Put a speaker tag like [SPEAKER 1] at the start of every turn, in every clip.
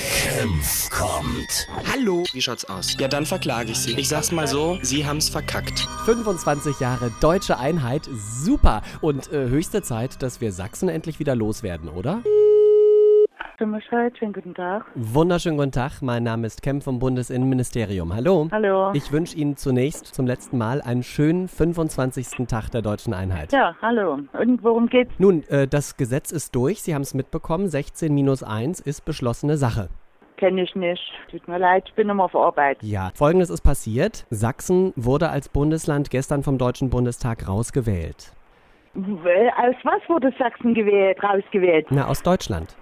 [SPEAKER 1] Senf kommt.
[SPEAKER 2] Hallo. Wie schaut's aus? Ja, dann verklage ich Sie. Ich sag's mal so, Sie haben's verkackt.
[SPEAKER 3] 25 Jahre deutsche Einheit, super. Und äh, höchste Zeit, dass wir Sachsen endlich wieder loswerden, oder?
[SPEAKER 4] Bescheid, halt. schönen guten Tag.
[SPEAKER 3] Wunderschönen guten Tag, mein Name ist Kemp vom Bundesinnenministerium. Hallo.
[SPEAKER 4] Hallo.
[SPEAKER 3] Ich wünsche Ihnen zunächst zum letzten Mal einen schönen 25. Tag der deutschen Einheit.
[SPEAKER 4] Ja, hallo. Und worum geht's?
[SPEAKER 3] Nun, äh, das Gesetz ist durch, Sie haben es mitbekommen, 16 minus 1 ist beschlossene Sache.
[SPEAKER 4] Kenne ich nicht. Tut mir leid, ich bin immer auf Arbeit.
[SPEAKER 3] Ja, folgendes ist passiert. Sachsen wurde als Bundesland gestern vom Deutschen Bundestag rausgewählt.
[SPEAKER 4] Weil, Aus was wurde Sachsen gewählt, rausgewählt?
[SPEAKER 3] Na, aus Deutschland.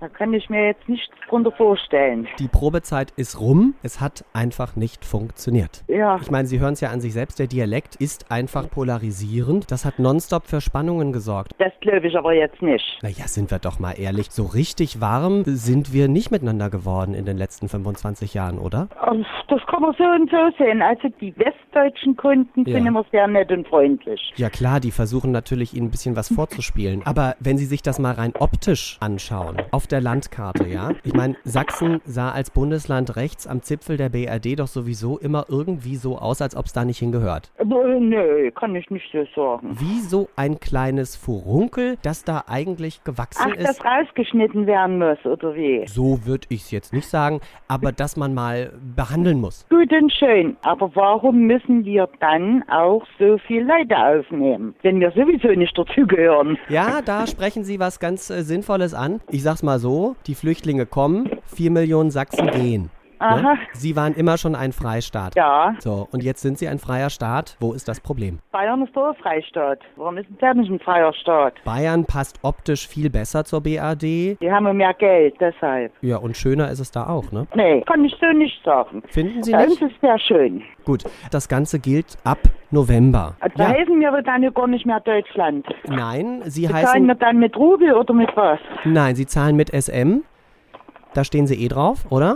[SPEAKER 4] Da kann ich mir jetzt nichts drunter vorstellen.
[SPEAKER 3] Die Probezeit ist rum, es hat einfach nicht funktioniert.
[SPEAKER 4] Ja,
[SPEAKER 3] Ich meine, Sie hören es ja an sich selbst, der Dialekt ist einfach polarisierend. Das hat nonstop für Spannungen gesorgt.
[SPEAKER 4] das glaube ich aber jetzt nicht.
[SPEAKER 3] Naja, sind wir doch mal ehrlich, so richtig warm sind wir nicht miteinander geworden in den letzten 25 Jahren, oder?
[SPEAKER 4] Und Das kann man so und so sehen. Also die westdeutschen Kunden
[SPEAKER 3] Ja.
[SPEAKER 4] sind immer sehr nett und freundlich.
[SPEAKER 3] Ja klar, die versuchen natürlich Ihnen ein bisschen was vorzuspielen. Aber wenn Sie sich das mal rein optisch anschauen, auf der Landkarte, ja? Ich meine, Sachsen sah als Bundesland rechts am Zipfel der BRD doch sowieso immer irgendwie so aus, als ob es da nicht hingehört.
[SPEAKER 4] Aber, äh, Nö, kann ich nicht so sagen.
[SPEAKER 3] Wie so ein kleines Furunkel, das da eigentlich gewachsen
[SPEAKER 4] Ach,
[SPEAKER 3] ist.
[SPEAKER 4] dass rausgeschnitten werden muss, oder wie?
[SPEAKER 3] So würde ich es jetzt nicht sagen, aber dass man mal behandeln muss.
[SPEAKER 4] Gut und schön, aber warum müssen wir dann auch so viel Leute aufnehmen, wenn wir sowieso nicht dazugehören?
[SPEAKER 3] Ja, da sprechen Sie was ganz äh, Sinnvolles an. Ich sag's mal so: Die Flüchtlinge kommen, vier Millionen Sachsen gehen. Ne?
[SPEAKER 4] Aha.
[SPEAKER 3] Sie waren immer schon ein Freistaat.
[SPEAKER 4] Ja,
[SPEAKER 3] So, und jetzt sind Sie ein freier Staat. Wo ist das Problem?
[SPEAKER 4] Bayern ist doch ein Freistaat. Warum ist denn der nicht ein freier Staat?
[SPEAKER 3] Bayern passt optisch viel besser zur BRD.
[SPEAKER 4] Die haben ja mehr Geld, deshalb.
[SPEAKER 3] Ja, und schöner ist es da auch, ne?
[SPEAKER 4] Nee, kann ich so nicht sagen.
[SPEAKER 3] Finden Sie
[SPEAKER 4] Bei uns
[SPEAKER 3] nicht?
[SPEAKER 4] ist sehr schön.
[SPEAKER 3] Gut, das Ganze gilt ab November.
[SPEAKER 4] Also Da
[SPEAKER 3] Ja,
[SPEAKER 4] helfen wir aber dann ja gar nicht mehr Deutschland.
[SPEAKER 3] nein, Sie
[SPEAKER 4] Zahlen wir
[SPEAKER 3] heißen.
[SPEAKER 4] dann mit Rubel oder mit was?
[SPEAKER 3] Nein, Sie zahlen mit SM. Da stehen Sie eh drauf, oder?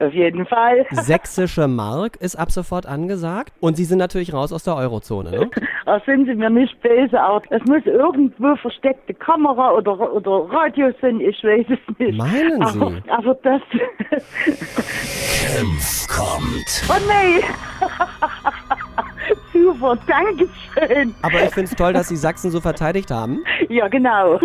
[SPEAKER 4] Auf jeden Fall.
[SPEAKER 3] Sächsische Mark ist ab sofort angesagt. Und sie sind natürlich raus aus der Eurozone. Ne?
[SPEAKER 4] Da sind sie mir nicht böse, aber es muss irgendwo versteckte Kamera oder, oder Radio sind, ich weiß es nicht.
[SPEAKER 3] Meinen Sie?
[SPEAKER 4] aber, Aber das...
[SPEAKER 1] Senf kommt.
[SPEAKER 4] Oh nee! Super, danke schön.
[SPEAKER 3] Aber ich finde es toll, dass sie Sachsen so verteidigt haben.
[SPEAKER 4] Ja, genau.